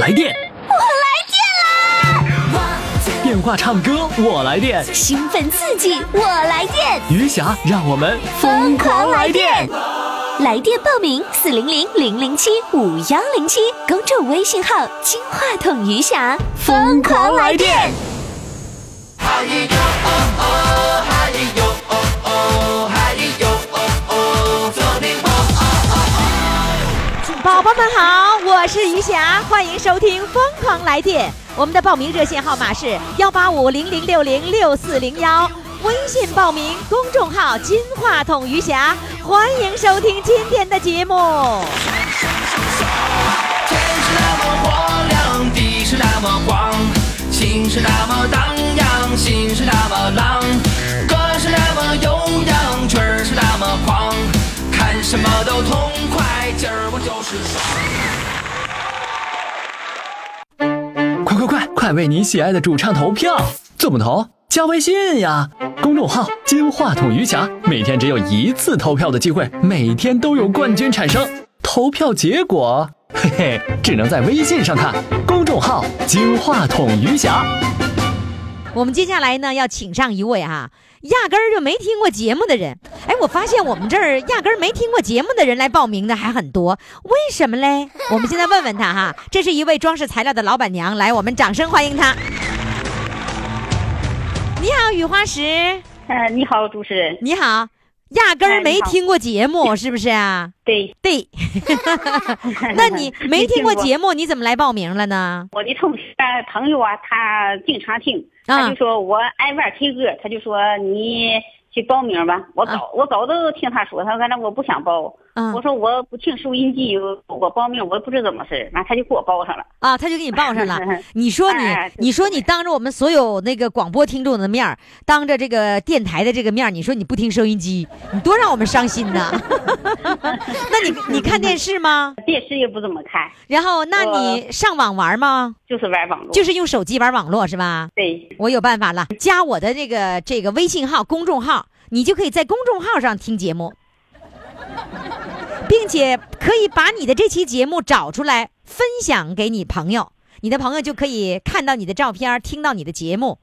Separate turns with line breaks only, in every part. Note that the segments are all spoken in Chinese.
来电，
我来电啦！
电话唱歌我来电，
兴奋刺激我来电，
余霞让我们疯狂来电。
来电报名：四零零零零七五幺零七，公众微信号“金话筒余霞”，疯狂来电。
嗨哟哦哦，嗨哟哦哦，嗨哟哦哦，做你我哦
宝宝们好，我是余霞，欢迎收听《疯狂来电》。我们的报名热线号码是幺八五零零六零六四零幺，微信报名，公众号“金话筒余霞”。欢迎收听今天的节目。
天是那么荒凉，地是那么广，情是那么荡漾，心是那么浪，歌是那么悠扬，曲儿是那么狂，看什么都痛快，今儿我就是爽。
快快快，快为你喜爱的主唱投票！怎么投？加微信呀，公众号“金话筒余霞”，每天只有一次投票的机会，每天都有冠军产生。投票结果，嘿嘿，只能在微信上看。公众号“金话筒余霞
我们接下来呢，要请上一位啊，压根儿就没听过节目的人。哎，我发现我们这儿压根儿没听过节目的人来报名的还很多，为什么嘞？我们现在问问他哈，这是一位装饰材料的老板娘，来，我们掌声欢迎她。你好，雨花石，
呃，你好，主持人。
你好，压根儿没听过节目是不是啊？
对，
对，那你没听过节目，你怎么来报名了呢？
我的同事啊、朋友啊，他经常听，他
啊
就说我爱玩 K 歌，他就说你去报名吧。
啊
我早、我早都听他说，他说那我不想报，
嗯
我说我不听收音机，我报名我不知怎么事儿，完他就给我报上了。。
啊，他就给你报上了你说你
哎，
你说你当着我们所有那个广播听众的面儿当着这个电台的这个面儿你说你不听收音机，你多让我们伤心呐！ 那你你看电视吗？
电视也不怎么看，
然后，那你上网玩吗？
就是玩网络。
就是用手机玩网络是吧？
对，
我有办法了，加我的这个这个微信号公众号，你就可以在公众号上听节目，并且可以把你的这期节目找出来分享给你朋友，你的朋友就可以看到你的照片，听到你的节目，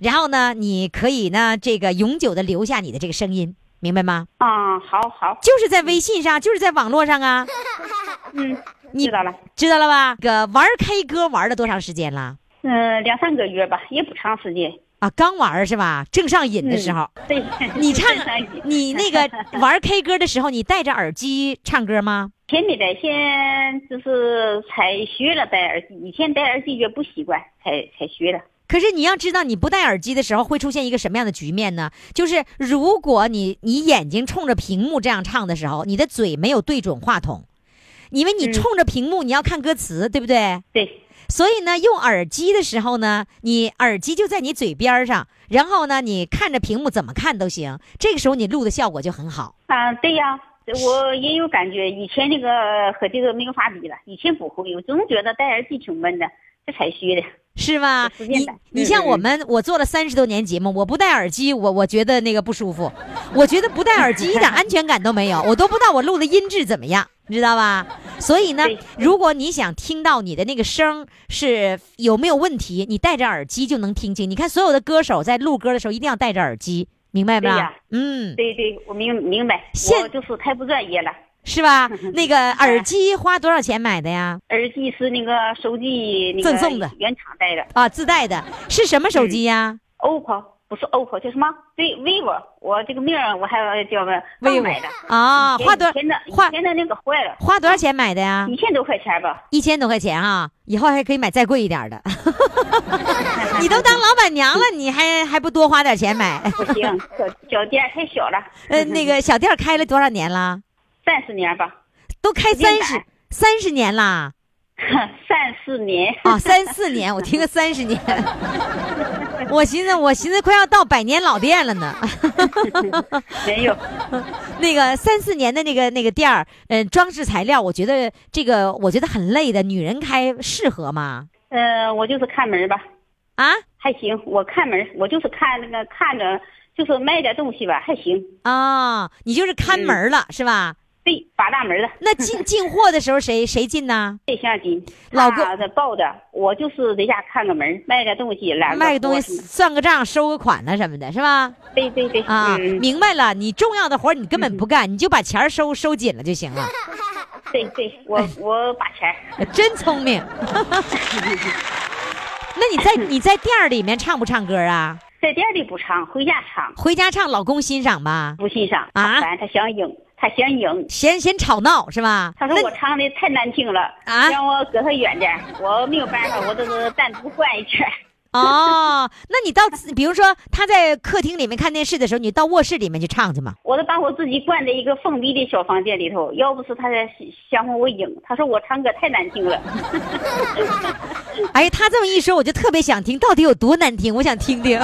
然后呢，你可以呢这个永久的留下你的这个声音，明白吗？
啊、好好，
就是在微信上，就是在网络上啊，
嗯，
你
知道 了。
知道了吧？个玩 K 歌玩了多长时间了？
嗯、两三个月吧，也不长时间。
啊，刚玩儿是吧？正上瘾的时候。
对，，
你唱 你那个玩 K 歌的时候，你戴着耳机唱歌吗？
前没戴，先就是才学了戴耳机，以前戴耳机也不习惯，才才学的。
可是你要知道，你不戴耳机的时候会出现一个什么样的局面呢？就是如果你你眼睛冲着屏幕这样唱的时候，你的嘴没有对准话筒，因为你冲着屏幕，你要看歌词，对不对？
对，
所以呢，用耳机的时候呢，你耳机就在你嘴边儿上，然后呢，你看着屏幕怎么看都行。这个时候你录的效果就很好。
啊、对呀，我也有感觉，以前那个和这个没有法比了，以前不会，我总觉得戴耳机挺闷的，这才学的。
是吧？
有时间
你
的
你
嗯
像
嗯
我们，我做了三十多年节目，我不戴耳机，我我觉得那个不舒服，我觉得不戴耳机一点安全感都没有，我都不知道我录的音质怎么样，你知道吧？所以呢
对，
如果你想听到你的那个声是有没有问题，你戴着耳机就能听清。你看所有的歌手在录歌的时候一定要戴着耳机，明白
对
吧
呀？
嗯，
对对，我明明白，
现
我就是太不专业了。
是 吧？那个
啊
耳机花多少钱买的呀？
耳机是那个手机那个
赠送的
原厂戴的
啊，自带的，是什么手机呀？
，OPPO 不是 OPPO 叫什么？对，vivo，我这个名儿我还叫问嗯刚
vivo
买的。
啊，花啊多
以前的以
花
前的那个坏了，
花多少钱买的呀？
一千多块钱吧。
一千多块钱啊，以后还可以买再贵一点的。 你都当老板娘了，你还还不多花点钱买？
不 行，小小店儿太小了。
呃，那个小店开了多少年了？
三十年吧，
都开
时间
三
短
十三十年啦！
三四年。
啊，三四年，我听个三十年， 我寻思我寻思快要到百年老店了呢。
没有，
那个三四年的那个那个店儿，呃，装饰材料，我觉得这个我觉得很累的，女人开适合吗？
呃，我就是看门儿吧，
啊
还行。我看门儿，我就是看那个看着，就是卖点东西吧，还行。
哦啊、你就是看门儿了、是吧？
对，八大门的
那进进货的时候谁谁进呢？
对象金，
老公
他抱着我就是在家看个门，卖个东西，揽个
卖个东西
活什么
算个账，收个款了什么的，是吧？
对对对，
啊，
嗯，
明白了，你重要的活儿你根本不干，你就把钱儿收收紧了就行了。
对对，我
哎
我把钱儿，
真聪明。 那你在你在店儿里面唱不唱歌啊？
在店里不唱，回家唱，
回家唱，老公欣赏吧，
不欣赏
啊
反正他想赢，他想赢。
嫌嫌吵闹是吧？
他说
那
我唱的太难听了，
啊
让我隔他远点儿，我没有办法，我这是单独换一圈儿。
哦，那你到比如说他在客厅里面看电视的时候，你到卧室里面去唱去嘛？
我都把我自己关在一个封闭的小房间里头，要不是他在想我我赢，他说我唱歌太难听了，
哎，他这么一说，我就特别想听，到底有多难听？我想听听。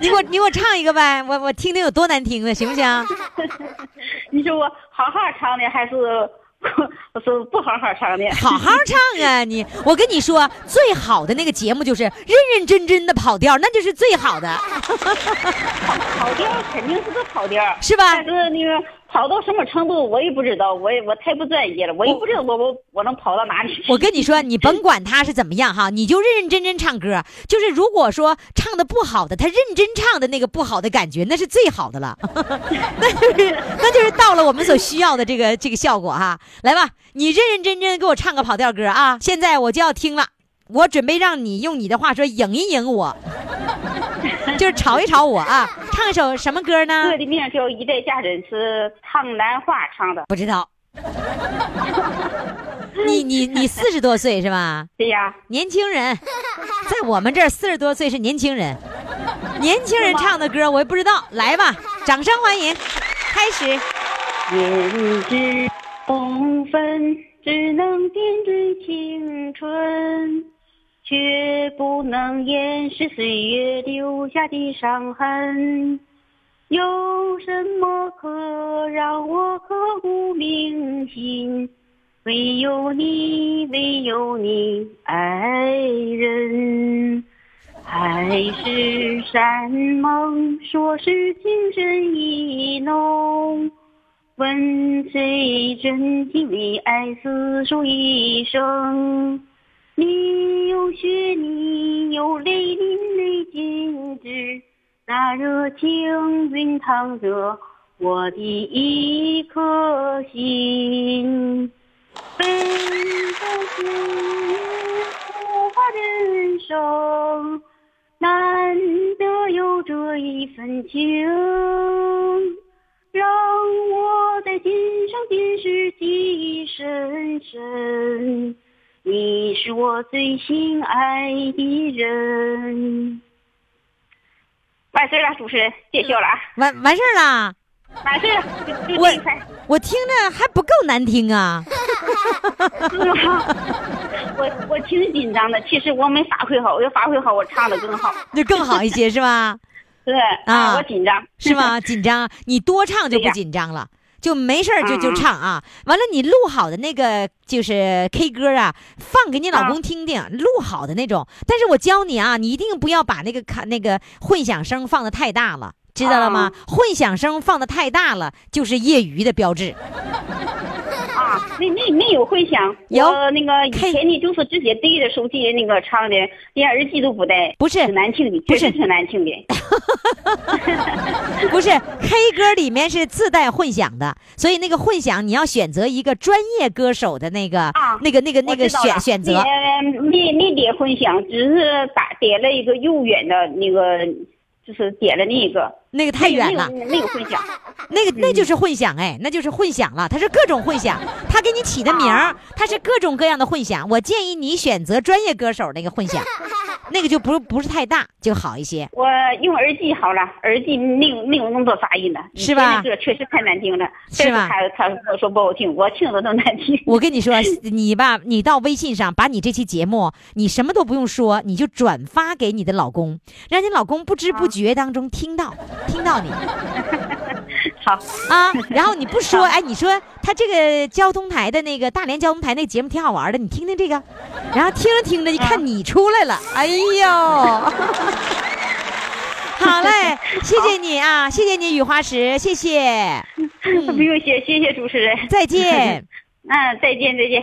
你给我你给我唱一个呗，我我听听有多难听的，行不行？
你说我好好唱的还是 我说不好好唱的？
好好唱啊你！我跟你说，最好的那个节目就是认认真真的跑调，那就是最好的。
跑调肯定是个跑调，
是吧
但是那个跑到什么程度我也不知道，我也我太不专业了，我也不知道我我我能跑到哪里。
我跟你说，你甭管他是怎么样哈，你就认认真真唱歌。就是如果说唱的不好的，他认真唱的那个不好的感觉，那是最好的了，那就是那就是到了我们所需要的这个这个效果哈。来吧，你认认真真给我唱个跑调歌啊！现在我就要听了，我准备让你用你的话说赢一赢我，就是吵一吵我啊！唱一首什么歌呢
歌？的名叫《一代佳人》，是唐兰花唱的。
不知道。你你你四十多岁是吧？
对呀，
年轻人，在我们这儿四十多岁是年轻人，年轻人唱的歌我也不知道，来吧，掌声欢迎，开始。
胭脂红粉只能点缀青春，却不能掩饰岁月留下的伤痕。有什么可让我刻骨铭心？唯有你，唯有你，爱人。海誓山盟，说是情深意浓。问谁真心为爱厮守一生？你有血，你有泪，淋漓尽致，那热情蕴藏着我的一颗心。奔到岁月无法忍受，难得有这一份情，让我在今生今世记忆深深。你是我最心爱的人。完事儿了，主持人见笑了啊！
完完事儿啦，
完事儿了，就就
我
这一块。
我听着还不够难听啊！
是吗？我我挺紧张的，其实我没发挥好，我要发挥好，我唱的更好。
就更好一些是吧？
对
啊
我紧张
是？吗？紧张，啊你多唱就
对
不
呀
紧张了，就没事儿就就
嗯嗯
唱啊。完了，你录好的那个就是 K 歌啊，放给你老
嗯
公听听，录好的那种。但是我教你啊，你一定不要把那个卡那个混响声放的太大了。知道了
嗯
吗？混响声放的太大了，就是业余的标志。
啊，那那那有混响，
有
我那个以
可以
前你就是直接对着手机那个唱的，连耳机都不带，
不是
挺难听的，
不
确
是
实挺难听的。
不是 K 歌里面是自带混响的，所以那个混响你要选择一个专业歌手的那个、
啊
那个、那个、那
我
个
知道了
选选择。
你你你点混响，只是打点了一个右远的那个，就是点了那个，
那个太远了
没有没有混响。
那个那就是混响哎，那就是混响了，它是各种混响，它给你起的名儿，它是各种各样的混响。我建议你选择专业歌手那个混响，那个就不不是太大，就好一些。
我用耳机好了，耳机没有没有那么多杂音了，
是吧
以前的歌确实太难听了，
是吧
但他他说不好听，我听着都难听。
我跟你说，你吧，你到微信上把你这期节目，你什么都不用说，你就转发给你的老公，让你老公不知不觉当中听到，听到你
好，
啊。然后你不说，哎，你说他这个交通台的那个大连交通台那节目挺好玩的，你听听这个，然后听着听着，一看你出来了，哎呦， 好嘞，谢谢你啊，谢谢你，雨花石，谢谢，
不用谢，谢谢主持人。
嗯再见。
嗯，再见，再见。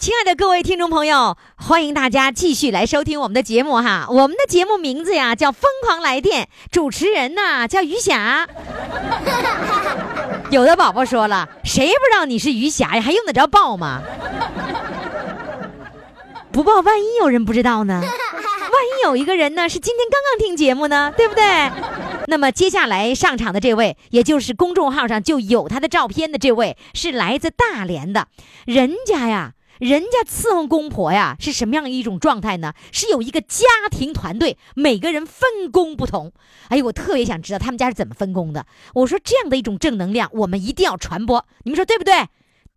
亲爱的各位听众朋友，欢迎大家继续来收听我们的节目哈。我们的节目名字呀叫《疯狂来电》，主持人呐、叫于霞。有的宝宝说了，谁不知道你是于霞呀？还用得着报吗？不报，万一有人不知道呢？万一有一个人呢是今天刚刚听节目呢，对不对？那么接下来上场的这位，也就是公众号上就有他的照片的这位，是来自大连的，人家呀，人家伺候公婆呀是什么样一种状态呢？是有一个家庭团队，每个人分工不同。哎呦，我特别想知道他们家是怎么分工的。我说这样的一种正能量，我们一定要传播，你们说对不对？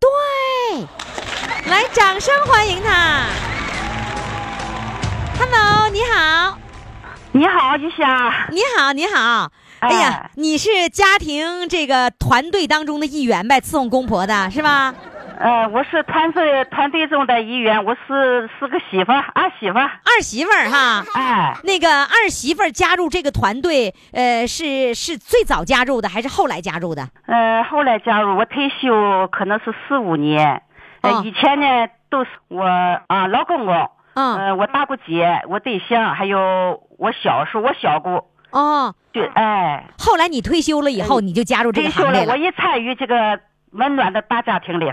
对，来，掌声欢迎他。Hello，你好，
你好，吉 霞。
你好，你好。哎呀
哎，
你是家庭这个团队当中的一员呗，伺候公婆的是吧？
呃，我是团队团队中的一员，我是是个媳妇儿，儿媳妇儿。
二媳妇儿哈，
哎，
那个二媳妇儿加入这个团队，呃，是是最早加入的还是后来加入的？
呃，后来加入，我退休可能是四五年。呃，
哦
以前呢都是我啊老公公，
嗯
呃，我大姑姐，我对象，还有我小叔，我小姑。
哦，
对，哎，
后来你退休了以后，你就加入这个
退休
行
了
列，
我
了。
也参与这个温暖的大家庭里。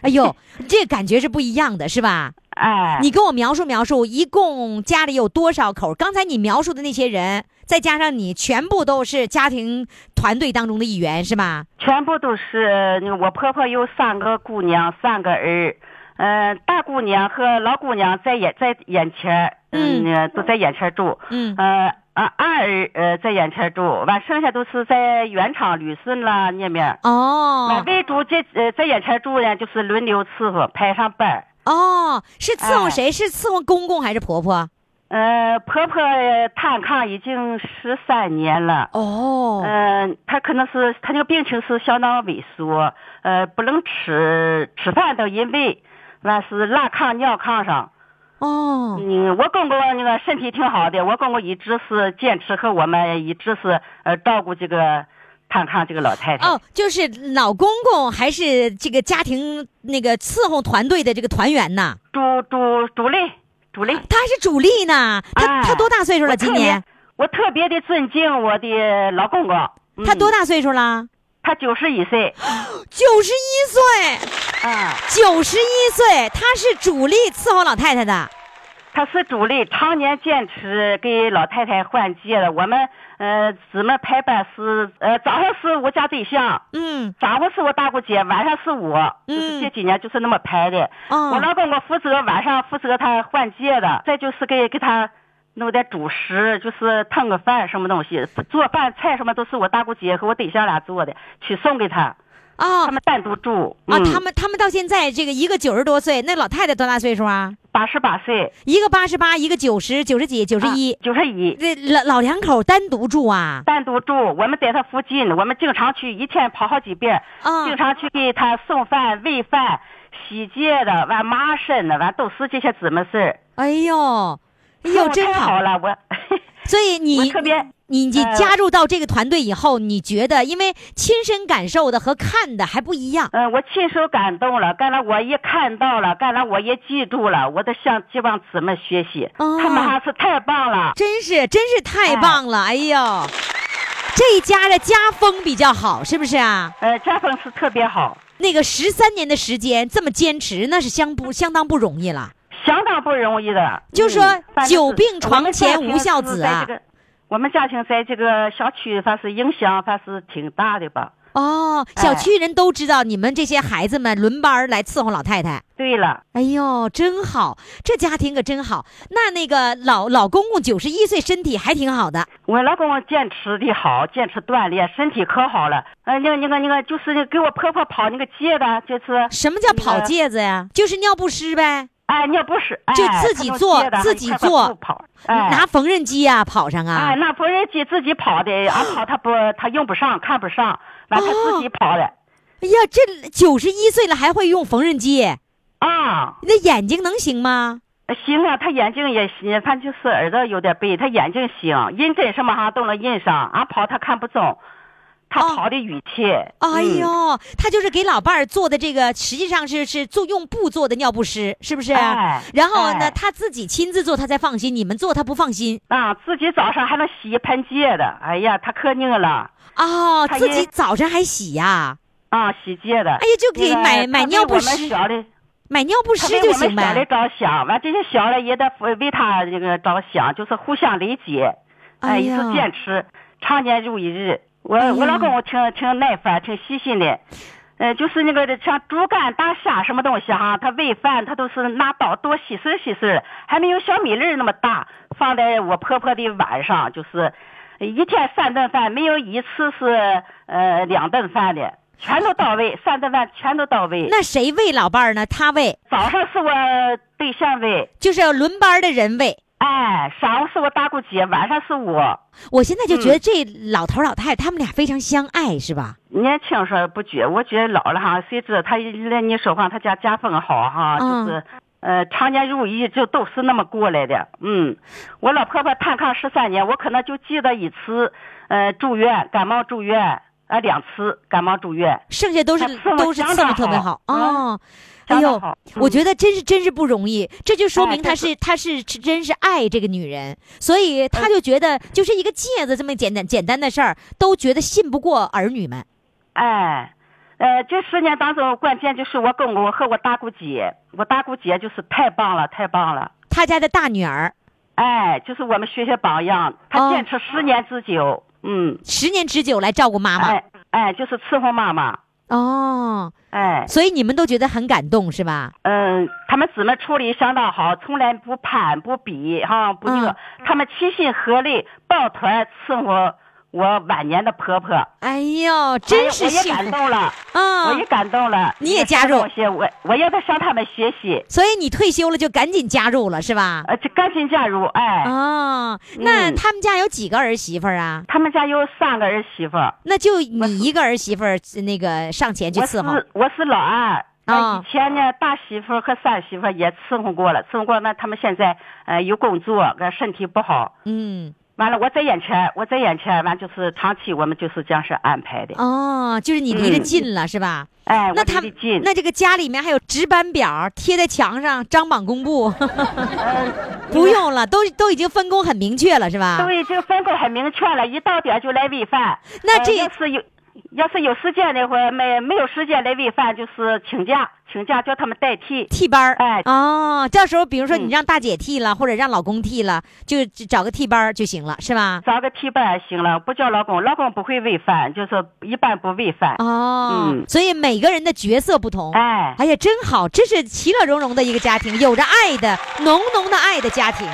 哎呦，这感觉是不一样的，是吧？
哎，
你给我描述描述，一共家里有多少口？刚才你描述的那些人，再加上你，全部都是家庭团队当中的一员，是吧？
全部都是我婆婆有三个姑娘，三个儿，嗯、大姑娘和老姑娘在眼在眼前儿，
嗯
呃都在眼前儿住，
嗯
呃啊二儿呃在眼前儿住，完剩下都是在原厂吕顺啦那面。
哦
唯独这呃在眼前儿住呢，就是轮流伺候，排上班儿。
哦，是伺候
哎
谁？是伺候公公还是婆婆？
呃，婆婆呃瘫炕已经十三年了。
哦，
嗯，他可能是他这个病情是相当萎缩，呃，不能吃吃饭都因为，完是拉炕尿炕上。
哦，
嗯，我公公那个身体挺好的，我公公一直是坚持和我们一直是呃照顾这个瘫炕这个老太太。
哦，就是老公公还是这个家庭那个伺候团队的这个团员呐，
主主主力主力。
他还是主力呢。他、
哎
他多大岁数了？
我特
今
别
年
我特别的尊敬我的老公公。嗯
他多？大岁数了？
他九十一岁。
九十一岁，
啊，
九十一岁，他是主力伺候老太太的。
他是主力，常年坚持给老太太换届的。我们呃姊妹排班是呃早上是我家对象，
嗯，
早上是我大姑姐，晚上是我。就是这几年就是那么排的。
哦
我老公我负责晚上负责他换届的，再就是给给他弄点主食，就是烫个饭什么东西，做饭菜什么都是我大姑姐和我对象俩做的，去送给他。
哦
他们单独住。
啊，
嗯、
他们他们到现在这个一个九十多岁，那老太太多大岁数啊？
八十八岁，
一个八十八，一个九十九十几，九十一。
九十一。
这老老两口单独住啊？
单独住，我们在他附近，我们经常去，一天跑好几遍，
啊
经常去给他送饭、喂饭、洗洁的，完麻身的，完都是这些姊妹事儿。
哎呦，哎
那
呦，
我
真
哦太
好
好。了，我
所以
我
你
特别
你你
呃
加入到这个团队以后，你觉得因为亲身感受的和看的还不一样，
嗯、我亲手感动了，干了我也看到了，干了我也记住了，我得向这帮姊妹学习，
哦
他们还是太棒了。
真是真是太棒了！哎呦，这一家的家风比较好，是不是啊？
呃，家风是特别好，
那个十三年的时间这么坚持，那是相不相当不容易了。
相当不容易的。
就说
嗯反正是
久病床
我们家
前
庭
无孝
是
子
在
啊
这个我们家庭在这个小区，反是影响反是挺大的吧。
哦，
哎
小区人都知道你们这些孩子们轮班儿来伺候老太太。
对了，
哎呦，真好，这家庭可真好。那那个老老公公九十一岁，身体还挺好的。
我老公坚持的好，坚持锻炼，身体可好了。呃，那个那个那个，就是给我婆婆跑那个戒的，就是
什么叫跑
那个
戒子呀？就是尿不湿呗，
哎，尿不湿，哎
就自己做
她弄街的
自己
一块块
做
布跑，哎，
拿缝纫机呀、跑上啊。
哎，那缝纫机自己跑的，俺 跑他不，他用不上，看不上，完他自
哦
己跑的。
哎呀，这九十一岁了还会用缝纫机，
啊，
那眼睛能行吗？
行啊，他眼睛也行，他就是耳朵有点背，他眼睛行，音准什么哈都能印上，俺跑他看不中，他
哦
跑的语气。
哎
嗯
呦，他就是给老伴儿做的这个，实际上是是做用布做的尿不湿，是不是？
哎
然后呢，
哎
他自己亲自做，他才放心。你们做他不放心
啊，自己早上还能洗一盆戒的，哎呀，他可拧了
哦，
他
自
因
己早上还洗呀、
啊，洗戒的。
哎呀，就给
那个
买买
他
尿
为
不
我们
湿，
小的，
买尿不
他
湿
为
就
我们
行
小
呗。
的着想，完这些小的也得为他这个着想，就是互相理解。
哎
哎，一
呀哎
直坚持，常年如一日。我、我
呀
老公挺挺耐烦，挺细心的。呃，就是那个像猪肝、大虾什么东西哈，他喂饭他都是拿刀剁细丝儿细丝儿，还没有小米粒儿那么大，放在我婆婆的碗上，就是一天三顿饭，没有一次是呃两顿饭的，全都到位，三顿饭全都到位。
那谁喂老伴儿呢？他喂，
早上是我对象喂，
就是轮班儿的人喂。
哎，晌午是我大姑姐，晚上是我。
我现在就
嗯
觉得这老头儿老太太他们俩非常相爱，是吧？
年轻时候不觉，我觉得老了哈，谁知道他来你说话，他家家风好哈，
嗯
就是呃，常年如一，就都是那么过来的。嗯，我老婆婆瘫炕十三年，我可能就记得一次，呃，住院感冒住院，呃，两次感冒住院。
剩下都是
他伺候
都是
相
伺候
当
特别好
好
哦。哎
相当
呦
好，
我
嗯
觉得真是真是不容易，这就说
哎
明他
这
是他是是真是爱这个女人，所以他
嗯
就觉得就是一个戒子这么简单简单的事儿，都觉得信不过儿女们。
哎，呃，这十年当中，关键就是我公公和我大姑姐，我大姑姐就是太棒了，太棒了。
他家的大女儿
哎，就是我们学学榜样，
哦
她坚持十年之久。嗯，
十年之久来照顾妈妈、
哎哎，就是伺候妈妈。
哦，
哎，
所以你们都觉得很感动是吧？
嗯，他们姊妹处理相当好，从来不攀不比哈，不
嗯
那个，他们齐心合力抱团伺候我晚年的婆婆，
哎呦，
哎
真
呀
是
我也
幸
感
福
动了，
啊！
我也感动了。
你也
这
加入
东西，我我也得向他们学习，
所以你退休了就赶紧加入了是吧？
呃，这赶紧加入，哎，
哦，那
嗯
他们家有几个儿媳妇儿啊？
他们家有三个儿媳妇儿，
那就你一个儿媳妇儿那个上前去
我
伺
是
候。
我是老二。
啊
那以前呢，大媳妇儿和三媳妇儿也伺候过了，伺候过。那他们现在呃有工作，呃身体不好，
嗯，
完了，我在眼前，我在眼前，完就是长期我们就是这样是安排的。
哦，就是你离得
嗯
近了、是吧？
哎，
那
我
他
离得近，
那这个家里面还有值班表贴在墙上，张榜公 布，不用了，都都已经分工很明确了是吧？
对，这个分工很明确了，一到点就来喂饭。
那
呃
这
要是有，要是有时间的话，没没有时间来喂饭，就是请假，请假叫他们代替。
替班儿，
哎
哦，到时候比如说
嗯
你让大姐替了，或者让老公替了，就就找个替班儿就行了，是吧？
找个替班行了，不叫老公，老公不会喂饭，就是一般不喂饭。
哦，
嗯
所以每个人的角色不同，
哎，
哎呀，真好，这是其乐融融的一个家庭，有着爱的浓浓的爱的家庭。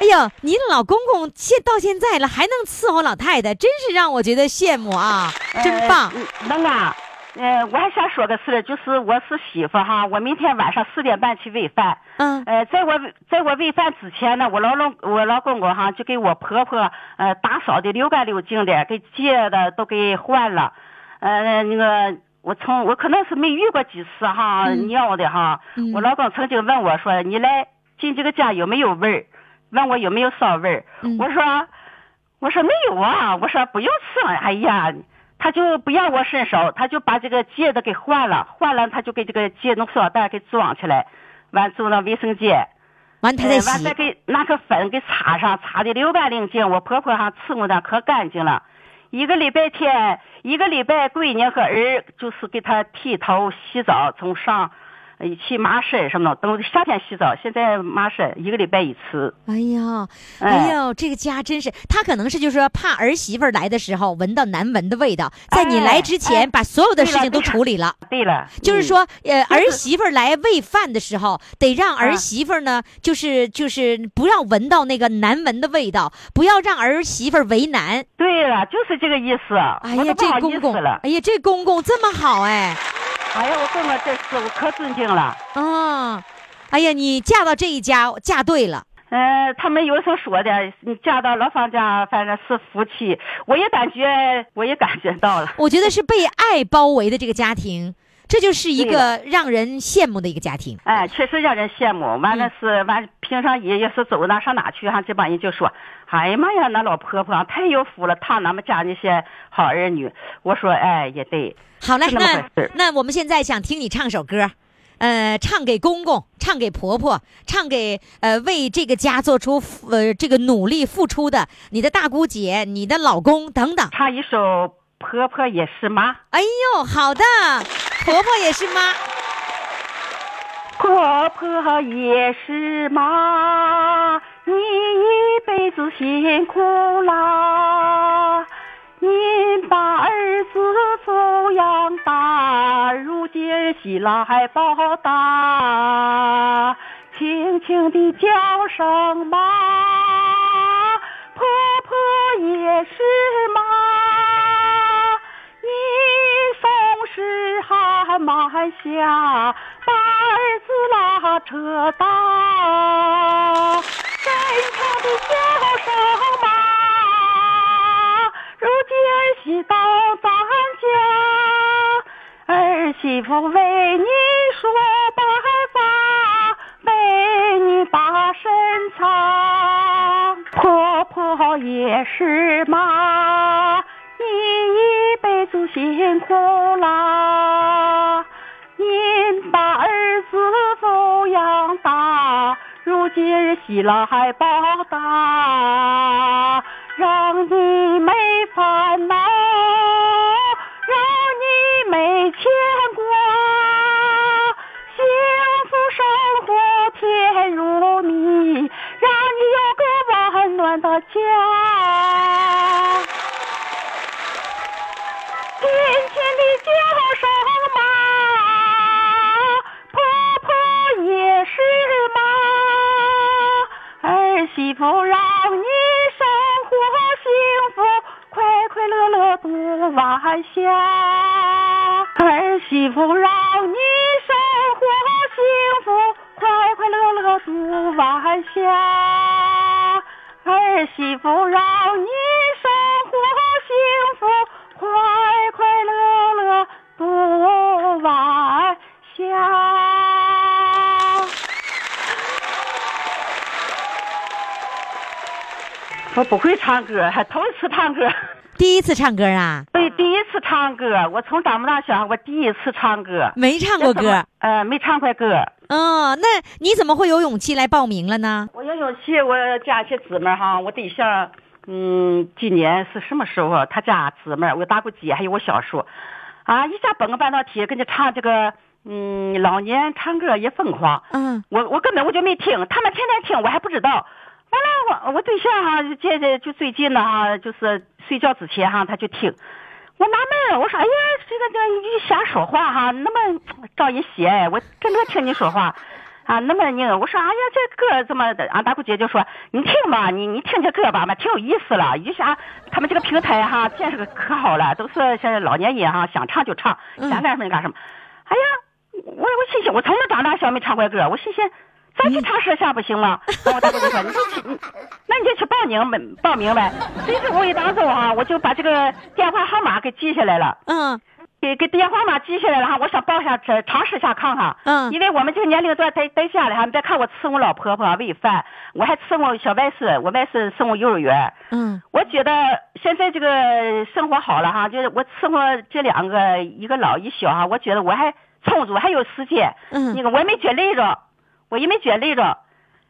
哎呀，您老公公现到现在了还能伺候老太太，真是让我觉得羡慕啊，真棒！
呃能啊，呃，我还想说个事儿，就是我是媳妇哈，我明天晚上四点半去喂饭。
嗯，
呃，在我在我喂饭之前呢，我老公我老公公哈就给我婆婆呃打扫的溜干溜净的，给借的都给换了，呃那个我从我可能是没遇过几次哈、尿的哈，
嗯
我老公曾经问我说你来进这个家有没有味儿，问我有没有骚味儿，
嗯
我说我说没有啊，我说不用吃了，哎呀。他就不让我伸手，他就把这个戒的给换了，换了他就给这个戒弄塑料袋给装起来，完做到卫生间，
完他
呃
再洗，
完再给拿个粉给擦上，擦的溜干净净。我婆婆哈伺候的可干净了，一个礼拜天，一个礼拜闺女和儿就是给她剃头、洗澡，从上，一起麻绳什么的，等夏天洗澡，现在麻绳一个礼拜一次。
哎呀，哎呦，这个家真是，他可能是就是说怕儿媳妇儿来的时候闻到难闻的味道，在你来之前把所有的事情都处理了。
对了，
就是
嗯
说， 呃，儿媳妇儿来喂饭的时候，得让
啊
儿媳妇儿呢，就是就是不要闻到那个难闻的味道，不要让儿媳妇儿为难。
对了，就是这个意思。
哎
我
呀
都，不
这
好意
公公，
思了。
哎呀，这公公这么好哎，
哎呀，我公公这次我可尊敬了。
啊，哎呀，你嫁到这一家嫁对了，
呃，他们有所说的，你嫁到老方家，反正是夫妻，我也感觉，我也感觉到了。
我觉得是被爱包围的这个家庭，这就是一
对
个让人羡慕的一个家庭。
哎，确实让人羡慕。完了是完，平常也也是走哪上哪去哈、这帮人就说：“哎呀妈呀，那老婆婆啊太有福了，烫咱们家那些好儿女。”我说：“哎，也对。
好嘞，
是那么
那
回事
那我们现在想听你唱首歌，呃，唱给公公，唱给婆婆，唱给呃为这个家做出呃这个努力付出的你的大姑姐、你的老公等等”。
唱一首《婆婆也是妈》。
哎呦，好的，婆婆也是妈，
婆婆也是妈，你一辈子辛苦啦，您把儿子抚养大，如今喜来报答，轻轻地叫声妈，婆婆也是妈。你总是汗满下，把儿子拉扯大，真诚的叫声妈，如今喜到咱家，儿哎媳妇为你说白发，为你把身藏，婆婆也是妈。你一辈子辛苦啦，您把儿子抚养大，如今喜来报答，让你没烦恼，让你没牵挂，幸福生活甜如蜜，让你有个温暖的家。亲亲的叫声妈，婆婆也是妈，儿媳妇让你生活幸福，快快乐乐度晚霞。儿媳妇让你生活幸福，快快乐乐度晚霞。儿媳妇让你生活幸福，快快乐乐度晚霞。我不会唱歌，还头一次唱歌。
第一次唱歌啊，
对，第一次唱歌，我从长不大小，我第一次唱歌。
没唱过歌，
呃，没唱过歌。
嗯，那你怎么会有勇气来报名了呢？
我有勇气，我家些姊妹儿哈，我对象，嗯，今年是什么时候啊？他家姊妹儿，我大姑姐还有我小叔，啊，一下蹦个半道体，跟着唱这个，嗯，老年唱歌也疯狂。
嗯，
我我根本我就没听，他们天天听，我还不知道。完了，我我对象哈、这这就最近呢哈、就是睡觉之前哈、他就听。我纳闷儿，我说哎呀，这个这个一瞎说话哈、那么招人喜爱，我真的听你说话。啊，那么呢，我说哎呀，这歌怎么的？俺大姑姐就说你听吧，你你听这歌吧嘛，挺有意思了。一下他们这个平台哈、建设得可好了，都是现在老年人哈、想唱就唱，想干什么就干什么。哎呀，我我心想，我从小长大小没唱过歌，我心想，咱去尝试一下不行吗？然后我大哥就说，你就去，你那你就去报名呗，报名呗。所以这无意当中啊，我就把这个电话号码给记下来了。
嗯，
给给电话号码记下来了哈，我想报一下这尝试一下看看。
嗯
因为我们这个年龄段待待下来哈，你再看我伺候老婆婆喂饭，我还伺候小外孙，我外孙送我幼儿园。
嗯，
我觉得现在这个生活好了哈，就是我伺候这两个，一个老一小哈，我觉得我还充足，还有时间。
嗯
那个我也没觉累着，我也没觉累着。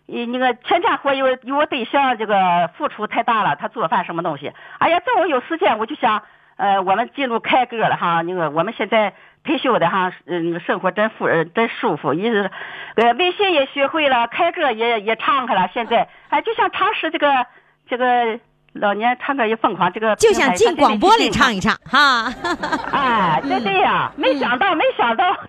呃那个全家活有有我对象这个付出太大了，他做饭什么东西，哎呀，这我有时间我就想，呃，我们进入开歌了哈，那个我们现在退休的哈，嗯，生活真富，呃真舒服，一直，呃，微信也学会了，开歌也也唱开了，现在哎，就像常识这个这个老年唱歌也疯狂，这个
就
平
想
台
进
上
广播里
这个
唱一唱嗯哈，
哎，对对呀，没想
嗯
到，没想到，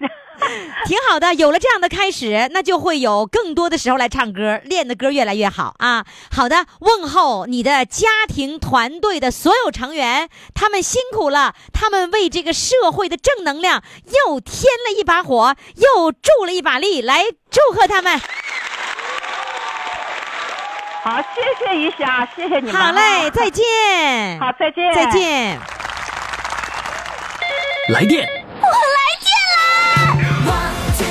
挺好的。有了这样的开始，那就会有更多的时候来唱歌，练的歌越来越好啊。好的，问候你的家庭团队的所有成员，他们辛苦了，他们为这个社会的正能量又添了一把火，又助了一把力，来祝贺他们。
好，谢谢一下，谢谢你们
好
啊，
嘞，再见，
好，再见，
再见。
来电，我来电啦！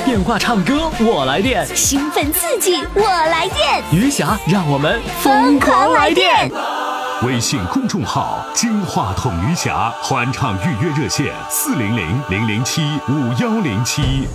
电话唱歌，我来电。
兴奋刺激，我来电，
余霞，让我们
疯狂来电！
微信公众号“金话筒余霞”欢唱预约热线：四零零零零七五幺零七。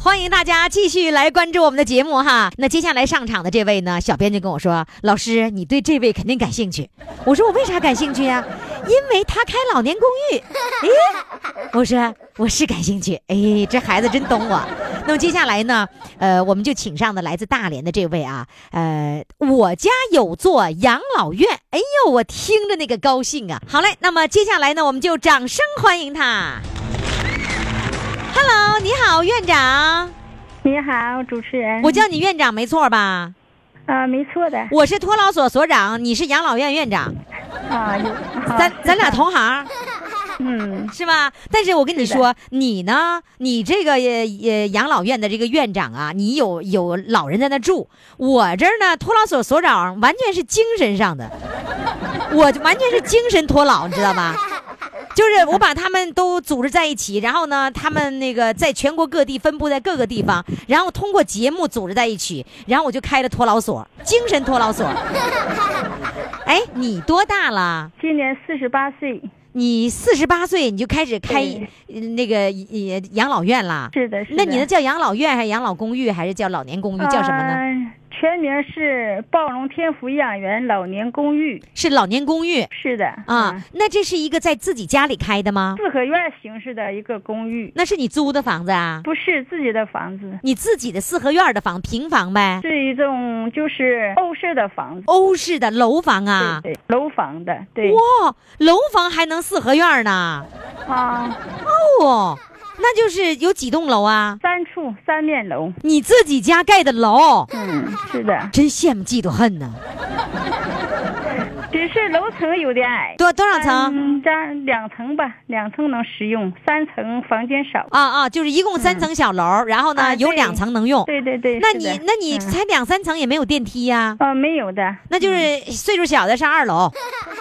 欢迎大家继续来关注我们的节目哈。那接下来上场的这位呢，小编就跟我说：“老师，你对这位肯定感兴趣。”我说：“我为啥感兴趣呀、因为他开老年公寓。”哎，我说我是感兴趣。哎，这孩子真懂我。 那么接下来呢，呃，我们就请上的来自大连的这位啊，呃，我家有座养老院。哎呦，我听着那个高兴啊。好嘞，那么接下来呢，我们就掌声欢迎他。Hello，你好，院长。
你好，主持人
我叫你院长没错吧？
啊、没错的
我是托老所所长，你是养老院院长，
啊，有
咱咱俩同行
嗯
是吧？但是我跟你说，你呢，你这个呃呃养老院的这个院长啊，你有有老人在那住，我这儿呢托老所所长完全是精神上的，我完全是精神托老，你知道吧？就是我把他们都组织在一起，然后呢，他们那个在全国各地分布在各个地方，然后通过节目组织在一起，然后我就开了托老所，精神托老所。哎，你多大了？
今年四十八岁，
你四十八岁你就开始开
对
呃那个呃养老院啦？
是的是的
那你那叫养老院还是养老公寓还是叫老年公寓？叫什么呢？
呃全名是暴龙天府养园老年公寓。
是老年公寓
是的嗯
啊。那这是一个在自己家里开的吗？
四合院形式的一个公寓，
那是你租的房子啊？
不是自己的房子，
你自己的四合院的房平房呗？
是一种就是欧式的房子，
欧式的楼房啊？
对对，楼房的，对
哇，楼房还能四合院呢？
啊，
哦，那就是有几栋楼啊？
三处三面楼，
你自己家盖的楼，
嗯，是的，
真羡慕嫉妒恨呐！
只是楼层有点矮，
多多少层？
嗯，加两层吧，两层能实用，三层房间少，
啊啊，就是一共三层小楼，然后呢
嗯啊
有
对
两层能用。
对对对，
哦那
是
你
的嗯
那你才两三层也没有电梯呀、
啊没有的，
那就是岁数小的上二楼，
嗯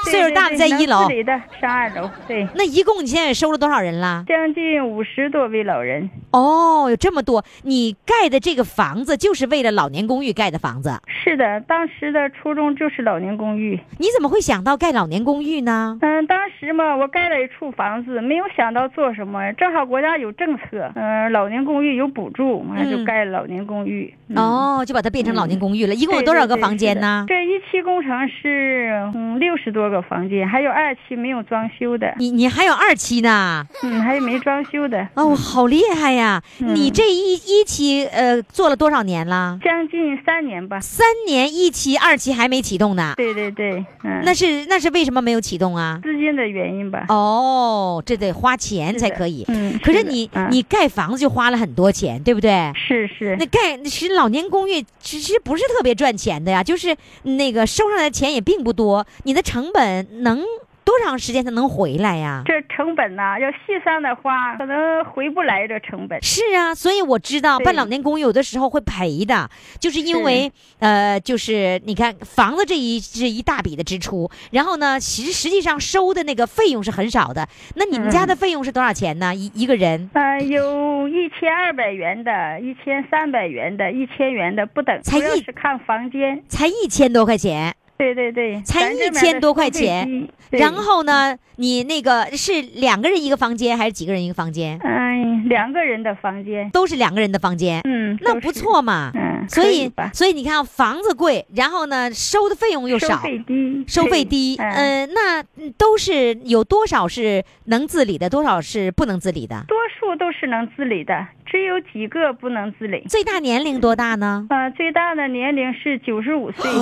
对
岁数
对
大的
对
在
能
一楼
自。理的上二楼，对，
那一共你现在收了多少人啦？
将近五十多位老人，
哦，有这么多！你盖的这个房子就是为了老年公寓盖的房子，
是的，当时的初衷就是老年公寓。
你怎么会想到盖老年公寓呢？
嗯，当时嘛，我盖了一处房子，没有想到做什么，正好国家有政策，嗯、老年公寓有补助，完
嗯
就盖了老年公寓。嗯，
哦，就把它变成老年公寓了。一
对
共有多少
对
个
对
房
是
间
的
呢？
这一期工程是嗯六十多个房间，还有二期没有装修的，
你你还有二期呢？
嗯，还有没装修的，
哦，好厉害呀！
嗯
你这一一期呃做了多少年啦？
将近三年吧。
三年一期、二期还没启动呢，
对对对，嗯，
那是那是为什么没有启动啊？
资金的原因吧。
哦，这得花钱才
嗯是的
可以。
嗯，
可是
的
你、
嗯
你盖房子就花了很多钱，对不对？
是是
那盖其实老年公寓其实不是特别赚钱的呀，就是那个收上来的钱也并不多，你的成本能多长时间才能回来呀？
这成本呐、要细算的话，可能回不来这成本。
是啊，所以我知道
对
办老年公寓有的时候会赔的，就是因为呃，就是你看房子这一这一大笔的支出，然后呢，其实实际上收的那个费用是很少的。那你们家
嗯
的费用是多少钱呢？一一个人
呃，有一千二百元的，一千三百元的，一千元的不等，
才
主要
一
是看房间。
才一千多块钱，
对对对，
才
咱这边
1000
的
多
收
块
费
钱
低，对
然后呢，你那个是两个人一个房间还是几个人一个房间？
嗯、两个人的房间，
都是两个人的房间，
嗯，
那
都
不
是，
错嘛。
嗯，
所
可
以
吧，
所以你看啊，房子贵，然后呢，收的费用又
收
少，
费低，
收费 低，
对
嗯、那嗯都是有多少是能自理的，多少是不能自理的？
多数都是能自理的，只有几个不能自理。
最大年龄多大呢？
呃，最大的年龄是九十五岁，
哇，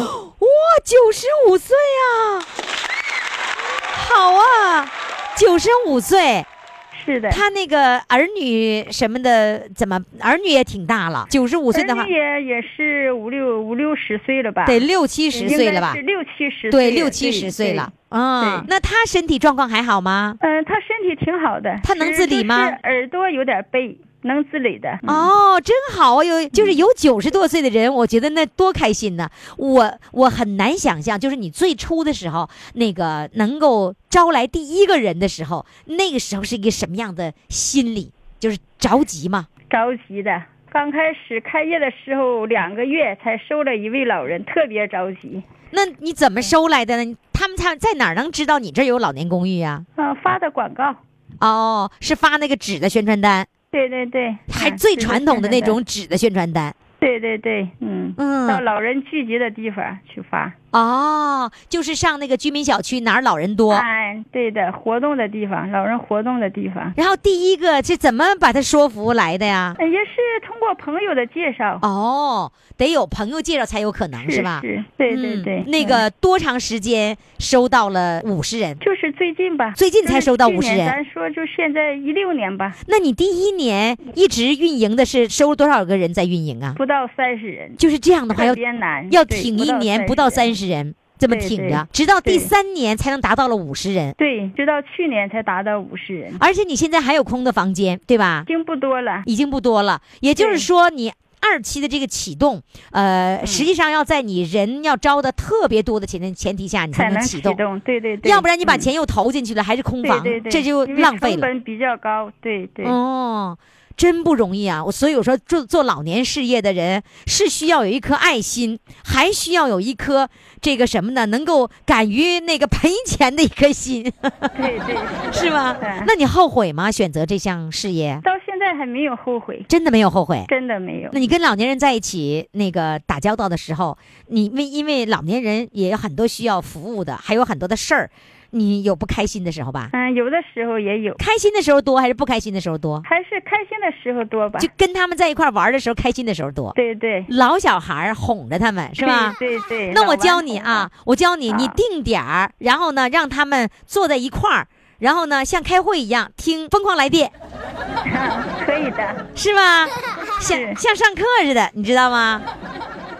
九十五岁啊！好啊，九十五岁，
是的，
他那个儿女什么的，怎么儿女也挺大了？九十五岁的
儿
话
女，也也是五六五六十岁了吧？
得六七十岁了
应
吧
该是？六七十岁了，
对，六七十岁了。啊、
对
那他身体状况还好吗？
嗯、呃，他身体挺好的，
他能自理吗
只是耳朵有点背，能自理的。
嗯
哦，真好啊！有就是有九十多岁的人，我觉得那多开心呢。我我很难想象，就是你最初的时候，那个能够招来第一个人的时候，那个时候是一个什么样的心理？就是着急嘛。
着急的。刚开始开业的时候，两个月才收了一位老人，特别着急。
那你怎么收来的呢？他们他在哪儿能知道你这儿有老年公寓呀、
嗯、发的广告，
哦，是发那个纸的宣传单，
对对对，
还
嗯
最传统的那种，纸的宣传单。
对对对，嗯
嗯
到老人聚集的地方去发。
哦，就是上那个居民小区哪儿老人多，
哎，对的，活动的地方，老人活动的地方，
然后第一个这怎么把他说服来的呀？
呃也是通过朋友的介绍，
哦，得有朋友介绍才有可能是吧？
是，对对
嗯
对，
那
嗯
个多长时间收到了五十人？
就是最近吧，
最近才收到
就是去
50
年
人
咱说就现在一六年吧，
那你第一年一直运营的是收多少个人在运营啊？
不到三十人，
就是这样的话，
特
要
别难，
要
对
挺一年不到
30人
三十人，这么
对
挺
对
着，直到第
对
三年才能达到了五十人。
对，直到去年才达到五十人，已
而且你现在还有空的房间，对吧？
经不多了。
已经不多了。也就是
对嗯
说，你二期的这个启动，呃，实际上要在你人要招的特别多的前提前提下，你
才
能
能
启
动
动。，
对对对，
要不然你把
嗯
钱又投进去了，还是空
对
房，
对对，
这就
因为
浪费
成
了。
本比较高，对对，
哦，真不容易啊！我所以我说做做老年事业的人是需要有一颗爱心，还需要有一颗这个什么呢？能够敢于那个赔钱的一颗心，
对对，
是 吗
对？
那你后悔吗？选择这项事业，
到现在还没有后悔，
真的没有后悔。
真的没有
那。你跟老年人在一起那个打交道的时候，你为因为老年人也有很多需要服务的，还有很多的事儿，你有不开心的时候吧？
嗯，有的时候也有，
开心的时候多还是不开心的时候多？
还是开心的时候多吧
就。跟他们在一块儿玩的时候，开心的时候多。
对对，
老小孩儿哄着他们是吧？
对对对。
那
老
我
顽
教你
童
啊，，我教你，你
啊
定点儿，然后呢，让他们坐在一块儿，然后呢，像开会一样听《疯狂来电》，
可以的。
是 吧？像像上课似的，你知道吗？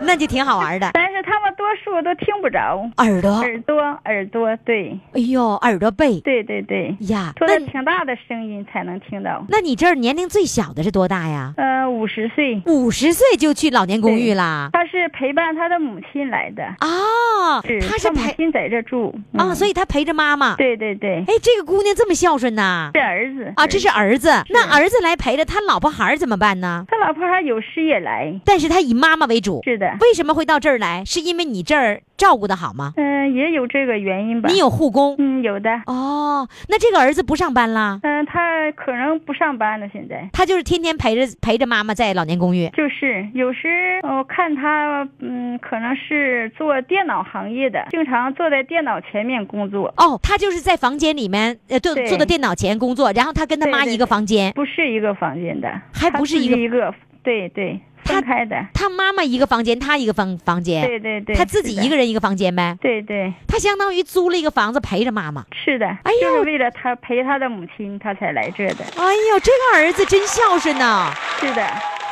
那就挺好玩的。
但是他们多数都听不着，
耳朵，
耳朵耳朵，对
哎呦，耳朵背
对对对，
呀，
说
那
的
你
挺大的声音才能听到。
那你这儿年龄最小的是多大呀？
呃，五十岁，
五十岁就去老年公寓啦？
他是陪伴他的母亲来的，
哦，
是
她是
母
陪
亲在这住
啊，所
以
以她陪着妈妈。
对对对，
哎，这个姑娘这么孝顺呐？
是儿子
啊，这是
儿
儿子，那儿子来陪着他老婆孩儿怎么办呢
子？他老婆还有事也来，
但是他以妈妈为主，
是的，
为什么会到这儿来？是因为你这儿照顾的好吗？
嗯、也有这个原因吧。
你有护工
嗯，有的，
哦？那这个儿子不上班啦，
嗯、他可能不上班了，现在
他就是天天陪着陪着妈妈在老年公寓。
就是有时我看他，嗯，可能是做电脑行业的，经常坐在电脑前面工作，
哦，他就是在房间里面，呃，坐
对
坐到电脑前工作，然后他跟他
对
妈
对
一个房间，
不是一个房间的，
还
他
不是
自
一个
己一个，对对，
他
分开的，
他妈妈一个房间，他一个房房间，
对对对，
他自己
是的
一个，人一个房间呗。
对对，
他相当于租了一个房子陪着妈妈。
是的，
哎呦
就是为了他陪他的母亲，他才来这的，
哎呦，这个儿子真孝顺呐、
是的，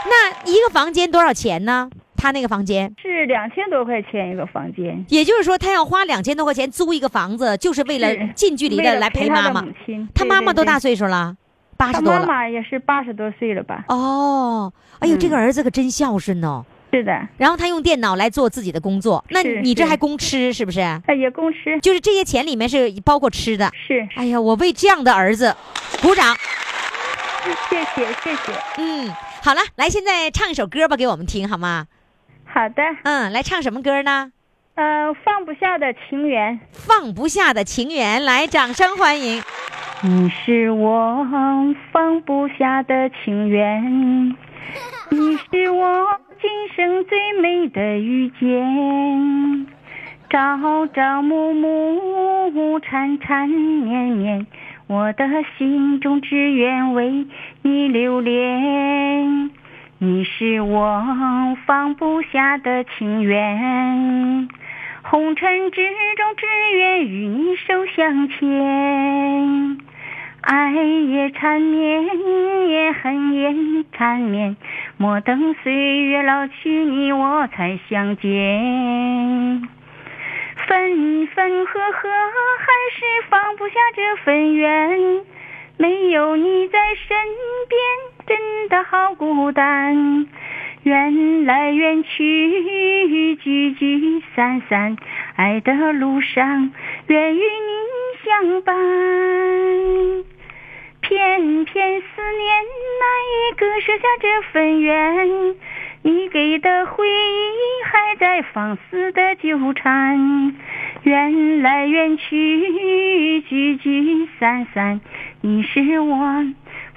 那一个房间多少钱呢？他那个房间，
是两千多块钱一个房间，
也就是说，他要花两千多块钱租一个房子，就是为了
是
近距离
为
的
了
来
陪
妈
他
妈
的。母亲，
他
对
妈妈
对
多
对
大岁数了？八
他
十多
妈
了。
妈也是八十多岁了吧？
哦，哎呦，这个
嗯
儿子可真孝顺哦。
是的，
然后他用电脑来做自己的工作，那
是
你这
是
还供吃是不是？
哎，也供吃，
就是这些钱里面是包括吃的。
是，
哎呀，我为这样的儿子鼓掌。
谢谢谢谢。
嗯，好了，来，现在唱一首歌吧，给我们听好吗？
好的，
嗯，来唱什么歌呢？
呃，放不下的情缘，
放不下的情缘，来，掌声欢迎。
你是我放不下的情缘，你是我
今生最美的遇见，朝朝暮暮，缠缠绵绵，我的心中只愿为你留恋。你是我放不下的情缘，红尘之中只愿与你手相牵。爱也缠绵，也恨也缠绵，莫等岁月老去，你我才相见。分分合合，还是放不下这份缘。没有你在身边，真的好孤单。缘来缘去，聚聚散散，爱的路上，愿与你相伴。偏偏思念难以割舍下这份缘，你给的回忆还在放肆的纠缠。缘来缘去，聚聚散散，你是我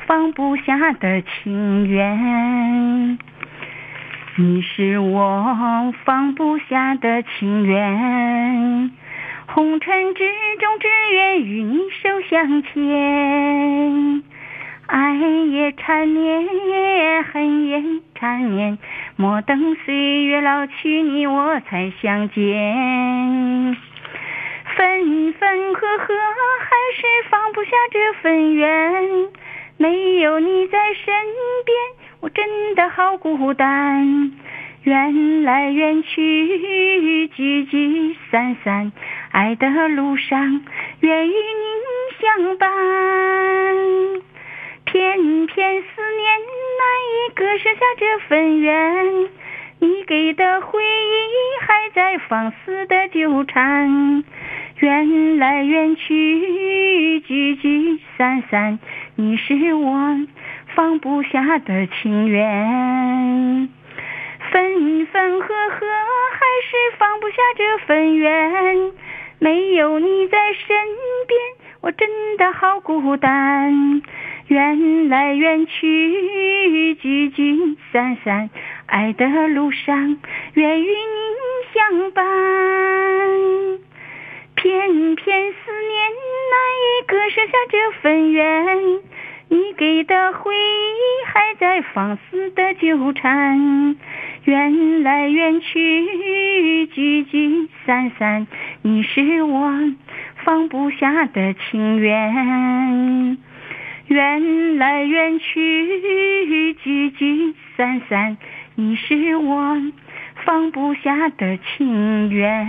放不下的情缘。你是我放不下的情缘，红尘之中只愿与你手相牵。爱也缠绵，恨也缠绵，莫等岁月老去，你我才相见。分分合合，还是放不下这份缘。没有你在身边，我真的好孤单。缘来缘去，聚聚散散，爱的路上，愿与您相伴。偏偏思念难以割舍下这份缘，你给的回忆还在放肆的纠缠。缘来缘去，聚聚散散，你是我放不下的情缘。分分合合，还是放不下这份缘。没有你在身边，我真的好孤单。缘来缘去，聚聚散散，爱的路上，愿与您相伴。偏偏思念难以割舍下这份缘，你给的回忆还在放肆的纠缠。缘来缘去，聚聚散散，你是我放不下的情缘。缘来缘去，聚聚散散，你是我放不下的情缘。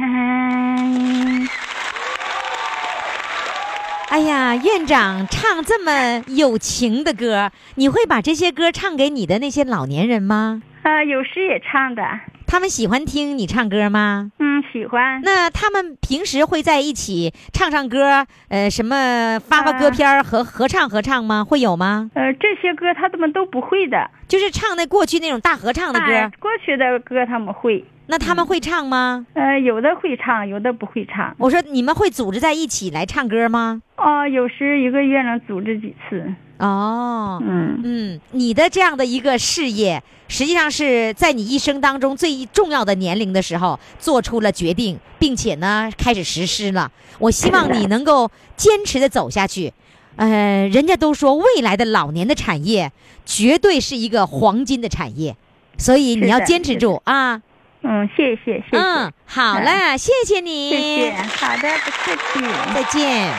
哎呀，院长唱这么有情的歌，你会把这些歌唱给你的那些老年人吗？
啊，有时也唱的，
他们喜欢听你唱歌吗？
嗯，喜欢。
那他们平时会在一起唱唱歌，呃，什么发发歌片儿合合唱合唱吗？会有吗？
呃，这些歌他们都不会的，
就是唱那过去那种大合唱的歌，
哎，过去的歌他们会，
那他们会唱吗？
嗯
呃，有的会唱，有的不会唱。
我说你们会组织在一起来唱歌吗？
哦，有时一个月能组织几次。
哦，
嗯，
嗯，你的这样的一个事业，实际上是在你一生当中最重要的年龄的时候做出了决定，并且呢开始实施了。我希望你能够坚持的走下去。呃，人家都说未来的老年的产业绝对是一个黄金的产业，所以你要
是的
坚持
是
住啊。
嗯，谢谢，谢谢，
嗯，好了，谢谢你，
谢谢，好的，不客气，
再见。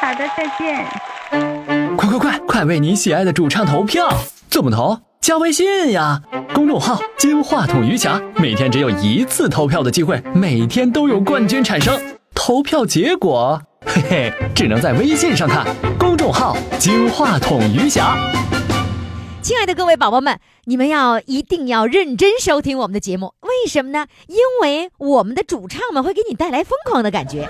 好的，再见。
快快快，快为你喜爱的主唱投票！怎么投？加微信呀，公众号“金话筒余霞”，每天只有一次投票的机会，每天都有冠军产生。投票结果，嘿嘿，只能在微信上看。公众号“金话筒余霞”。
亲爱的各位宝宝们，你们要一定要认真收听我们的节目，为什么呢？因为我们的主唱们会给你带来疯狂的感觉。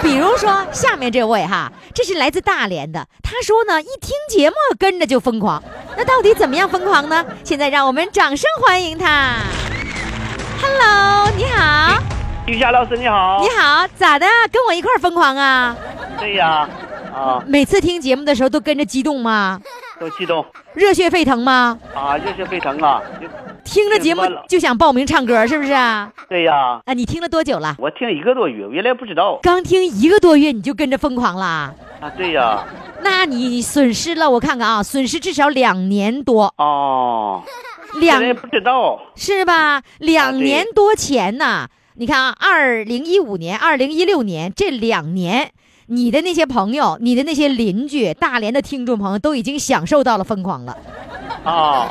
比如说下面这位哈，这是来自大连的，他说呢，一听节目跟着就疯狂。那到底怎么样疯狂呢？现在让我们掌声欢迎他。Hello，你好，
于霞老师你好，
你好，咋的？跟我一块儿疯狂啊？
对呀，啊，
每次听节目的时候都跟着激动吗？
都激动
热血沸腾吗？
啊，热血沸腾啊！
听着节目
明白了
就想报名唱歌，是不是啊？
对呀，
啊，你听了多久了？
我听一个多月，我原来不知道
刚听一个多月你就跟着疯狂啦？
啊。对呀，
那你损失了，我看看啊，损失至少两年多，
哦，原
两
来不知道。
是吧？两年多前呐，你看啊，二零一五年、二零一六年这两年，你的那些朋友、你的那些邻居、大连的听众朋友都已经享受到了疯狂了，
啊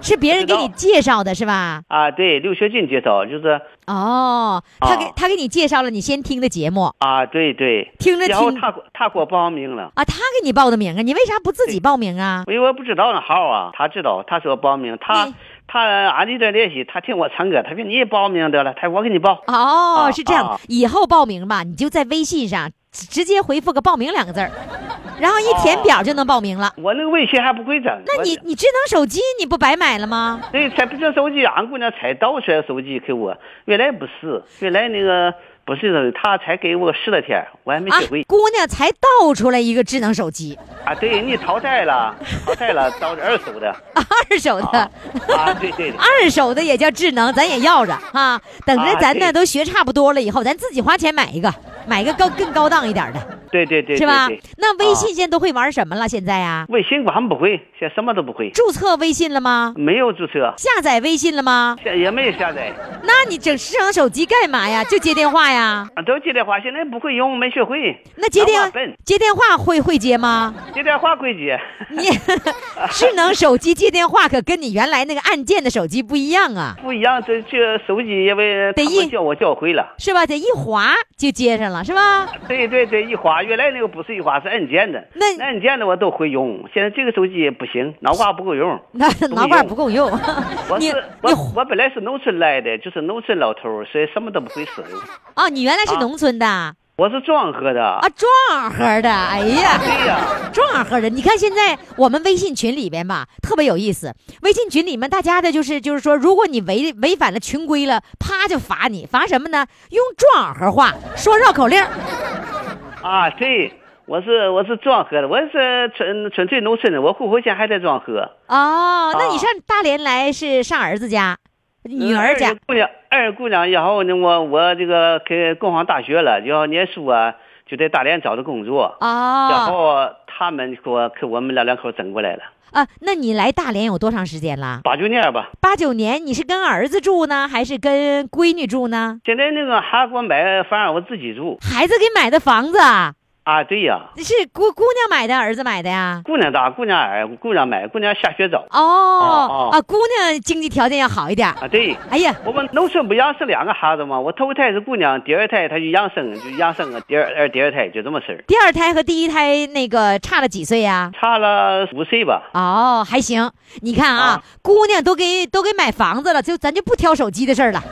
是别人给
不
你
知道
介绍的，是吧？
啊，对，刘学进介绍就是
哦，他给、
啊
他给你介绍了你先听的节目
啊，对对，
听着
然后
听
他给我他给我报名了。
啊，他给你报的名啊，你为啥不自己
对
报名啊？
因为我不知道那号啊，他知道，他说报名，他
你
他俺这段联系，他听我唱歌，他说你也报名得了，他说我给你报。
哦，
啊
是这样，
啊
以后报名吧，你就在微信上直直接回复个“报名”两个字儿，然后一填表就能报名了。
我那个微信还不会整，
那
我
你你智能手机你不白买了吗？
对，才不这手机，俺姑娘才盗出来手机给我，原来不是，原来那个不是的，她才给我十来天，我还没
啊
学会
姑娘才倒出来一个智能手机，
啊对你淘汰了，淘汰了，到二手的
二手的，
啊啊，对对对，
二手的也叫智能，咱也要着啊。等着
啊
咱呢
对
都学差不多了以后，咱自己花钱买一个，买一个高更高档一点的，
对对对
是吧
对对，？
那微
啊
信现在都会玩什么了？现在呀、
微信我还不会，现在什么都不会，
注册微信了吗？
没有注册，
下载微信了吗？
现也没有下载，
那你整智能手机干嘛呀？就接电话呀？
啊都接电话，现在不会用，没学会，
那接电
脑瓜笨
接电话会会接吗？
接电话会接，
你智能手机接电话可跟你原来那个按键的手机不一样啊，
不一样，这这手机因为
得
他
一
们叫我教会了，
是吧？得一划就接上了，是吧？
对对对，一滑，原来那个不是一滑，是按键的。
那
按键的我都会用，现在这个手机也不行，脑瓜不够用。
那
用
脑瓜不够用，
我
你
是
你
我我本来是农村来的，就是农村老头儿，所以什么都不会使用。
哦，你原来是
啊
农村的啊，
我是庄河的。
壮河的，哎呀。
对呀、
壮和的。你看现在我们微信群里边吧，特别有意思。微信群里面大家的就是就是说，如果你违违反了群规了，啪就罚你，罚什么呢？用壮和话说绕口令儿，
啊，对，我是我是庄河的，我是纯纯粹农村的，我户口现在还在庄河。
哦，那你
啊
上大连来是上儿子家、女儿家
呃二姑娘，二姑娘，然后呢，我我这个给供上大学了，然后念书啊，就在大连找的工作，嗯然
哦
后他们给我给我们老两口整过来了，
啊？那你来大连有多长时间了？
八九年吧。
八九年，你是跟儿子住呢，还是跟闺女住呢？
现在那个还给我买房，我自己住
孩子给买的房子啊，
啊。对呀，
是姑姑娘买的，儿子买的呀？
姑娘大，姑娘矮，姑娘买，姑娘下学早
哦
哦
啊，姑娘经济条件要好一点儿。
啊。对，
哎呀，
我们农村不养生两个孩子吗？我头一胎是姑娘，第二胎她就养生，就养生啊，第二二第二胎就这么事儿，
第二胎和第一胎那个差了几岁呀、
差了五岁吧。
哦，还行。你看啊，
啊
姑娘都给都给买房子了，就咱就不挑手机的事儿了，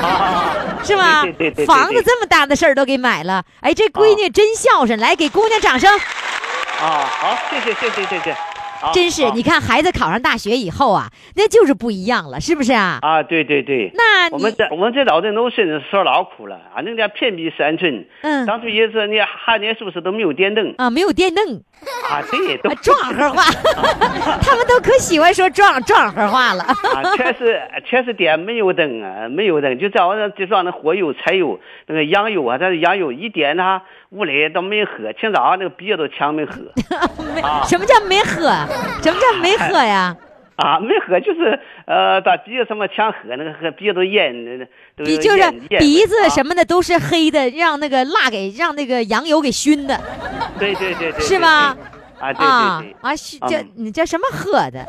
啊，
是吗？
对对对对对哦
房子这么大的事儿都给买了，哎，这闺女真孝顺，来给姑娘掌声。
啊，好，谢谢谢谢谢谢。啊
真是，
啊
你看孩子考上大学以后啊，那就是不一样了，是不是啊？
啊，对对对。
那
我们
你
这我们这老在农村受老苦了，俺那家偏僻山村，
嗯
当初也是你汉年是不是都没有电灯
啊，没有 电灯，
啊？对，都
啊壮和话，
哦
他们都可喜欢说壮壮和话了。
啊，全是全是点没有灯啊，没有灯，就在我那就上那火油、柴油、那个羊油啊，但是羊油一点它屋里都没喝，清早上那个鼻子都呛 没喝
没什么叫没 喝？什么叫没喝呀？
啊，没喝就是呃，把鼻子什么呛喝，那个喝鼻子都咽，那那都
鼻就是
咽咽
鼻子
啊
什么的都是黑的，让那个蜡给让那个羊油给熏的
啊对对对对，
是吧
对？对啊，对
啊
对对，
啊！熏这
嗯
你这什么喝的？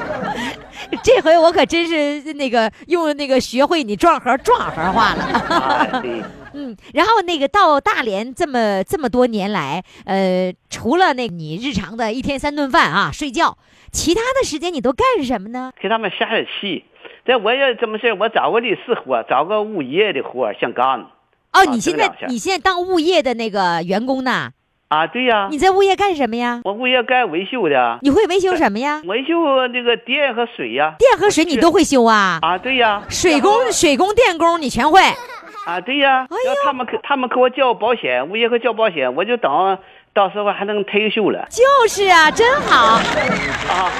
这回我可真是那个用那个学会你壮盒壮盒话
啊
了。
对。
嗯，然后那个到大连这么这么多年来，呃，除了那你日常的一天三顿饭啊睡觉，其他的时间你都干什么呢？
给他们下点气。这我也这么事儿我找个律师活，找个物业的活儿想干。
哦，
啊
你
这
现在
两项
你现在当物业的那个员工呢？
啊，对呀、
你在物业干什么呀？
我物业干维修的，啊
你会维修什么呀？
维修那个电和水呀、
电和水你都会修啊？
啊，对呀、
水工、水工、电工你全会。
啊，对呀、
哎
然后
呦
他们给他们给我叫保险，物业给我叫保险，我就等到时候还能退休了。
就是啊，真好
啊，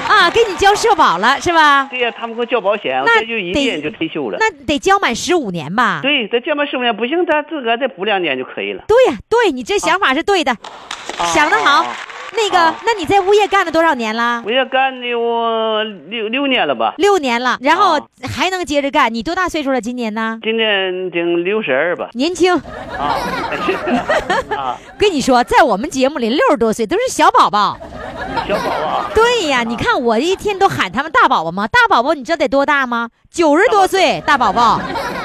啊，给你交社保了是吧？
对呀、他们给我交保险，我
那
这就一
得
年就退休了。
那得交满十五年吧？
对，再这么十五年不行，咱自个儿再补两年就可以了。
对呀，对你这想法是对的，
啊
想得好
啊啊。
那个
啊，
那你在物业干了多少年啦？
我也干了有六六年了吧，
六年了，然后
啊
还能接着干。你多大岁数了？今年呢？
今年已经六十二吧。
年轻，
啊， 啊，
跟你说，在我们节目里，六十多岁都是小宝宝。
小宝啊，
对呀，你看我一天都喊他们大宝宝吗？大宝宝，你知道得多大吗？九十多岁，大宝宝，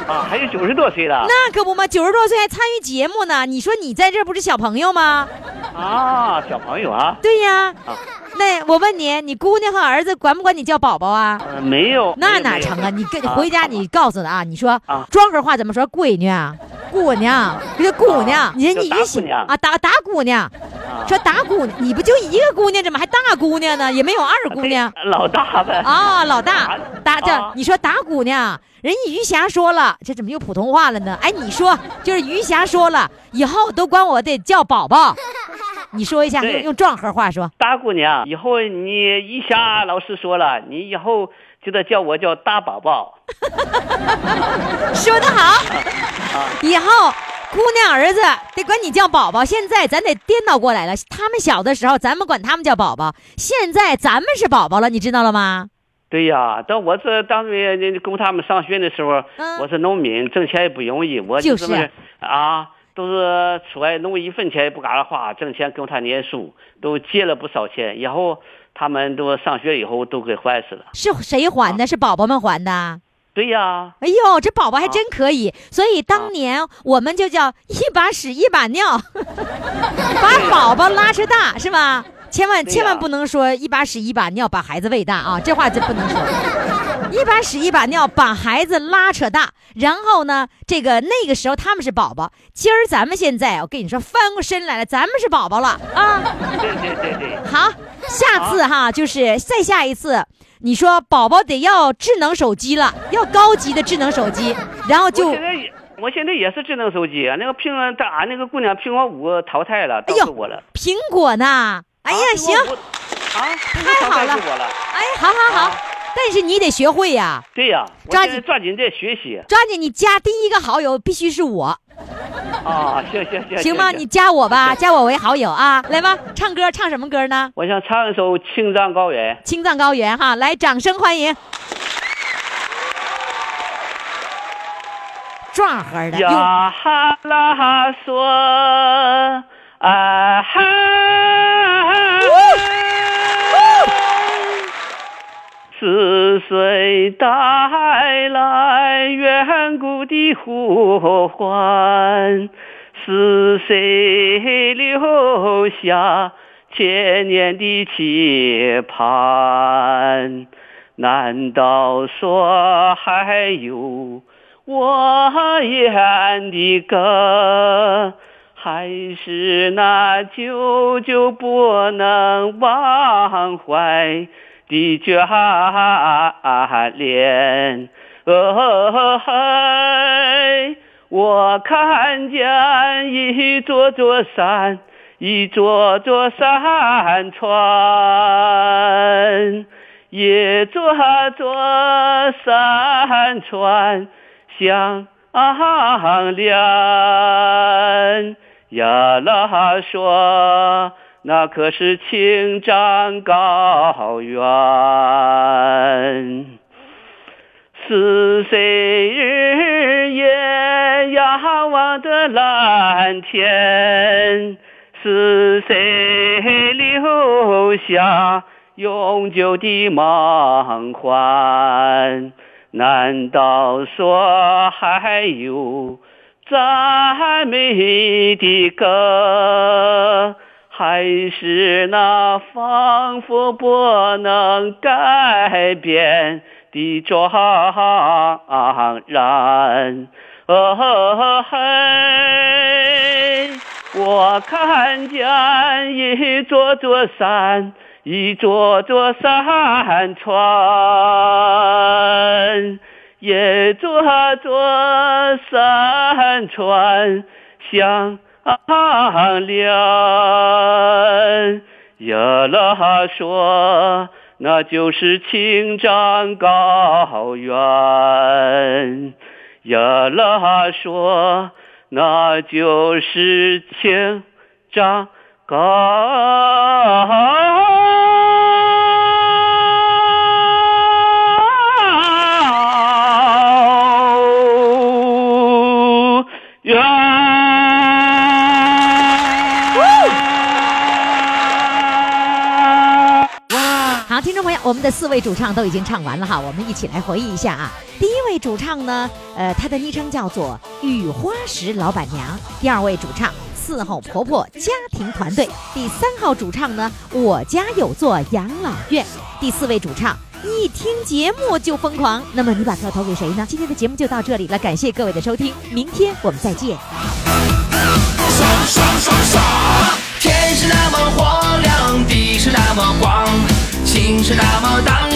啊，还有九十多岁了
那可不嘛，九十多岁还参与节目呢。你说你在这儿不是小朋友吗？
啊，小朋友啊，
对呀，那我问你，你姑娘和儿子管不管你叫宝宝啊？
呃没有，
那
没有
哪
没有
成啊！你跟
啊
回家你告诉他啊，你说
啊
庄河话怎么说？闺女啊，姑娘，这姑娘
啊，
人家
叫
一
打
起
姑娘
啊，打打姑娘，
啊
说打姑，你不就一个姑娘，怎么还大姑娘呢？也没有二姑娘
对老大呗，
啊，老大打这
啊，
你说打姑娘，人家于霞说了，这怎么又普通话了呢？哎，你说就是于霞说了，以后都管我得叫宝宝，你说一下，
对
用用庄河话说，
大姑娘，以后你一霞老师说了，你以后就得叫我叫大宝 宝。
说得
啊
好， 以后。姑娘儿子得管你叫宝宝，现在咱得颠倒过来了。他们小的时候，咱们管他们叫宝宝，现在咱们是宝宝了，你知道了吗？
对呀，但我这当初也供他们上学的时候，
嗯
我是农民，挣钱也不容易，我
就是
这么啊，都是出来弄一分钱也不嘎啦花，挣钱供他念书，都借了不少钱。以后他们都上学以后都给坏死了。
是谁还的？是宝宝们还的。
对 呀，
哎呦，这宝宝还
啊
真可以！所以当年我们就叫一把屎一把尿， 把宝宝拉扯大，是吧？千万
对呀
千万不能说一把屎一把尿把孩子喂大啊，这话就不能说。一把屎一把尿把孩子拉扯大，然后呢，这个那个时候他们是宝宝，今儿咱们现在我跟你说翻过身来了，咱们是宝宝了啊。
对对对对，
好，下次哈，就是再下一次，你说宝宝得要智能手机了，要高级的智能手机，然后就
我现在也。我现在也是智能手机啊，那个苹果，但俺那个姑娘苹果五淘汰了，
哎
到
呦
手我了。
苹果呢。哎呀
啊，
行，，
苹果五啊，
太好了
我了。
哎，好好好
啊，
但是你得学会呀、
对呀、我
抓
现在
紧
抓紧在学习
抓紧你加第一个好友必须是我，
啊！行行行，
行吗？
行
你加我吧，加我为好友啊！来吧，唱歌，唱什么歌呢？
我想唱一首《青藏高原》。
青藏高原哈，来，掌声欢迎。壮呵的，用
呀哈啦嗦，啊哈。似水带来远古的呼唤，是谁留下千年的期盼？难道说还有我演的歌，还是那久久不能忘怀的眷恋？哦嗨，我看见一座座山，一座座山川。一座座山川相连，呀啦说，那可是青藏高原。是谁日夜仰望的蓝天？是谁留下永久的梦幻？难道说还有赞美的歌？还是那仿佛不能改变的怅然。哦嘿，我看见一座座山，一座座山川。也坐坐山川向两。呀啦说，那就是青藏高原。呀啦说，那就是青藏高原。
好，听众朋友，我们的四位主唱都已经唱完了哈，我们一起来回忆一下啊。第一位主唱呢，呃，她的昵称叫做“雨花石老板娘”；第二位主唱伺候婆婆家庭团队；第三号主唱呢，我家有座养老院；第四位主唱。一听节目就疯狂，那么你把票投给谁呢？今天的节目就到这里了，感谢各位的收听，明天我们再见。
天是那么荒凉，地是那么广，心是那么荡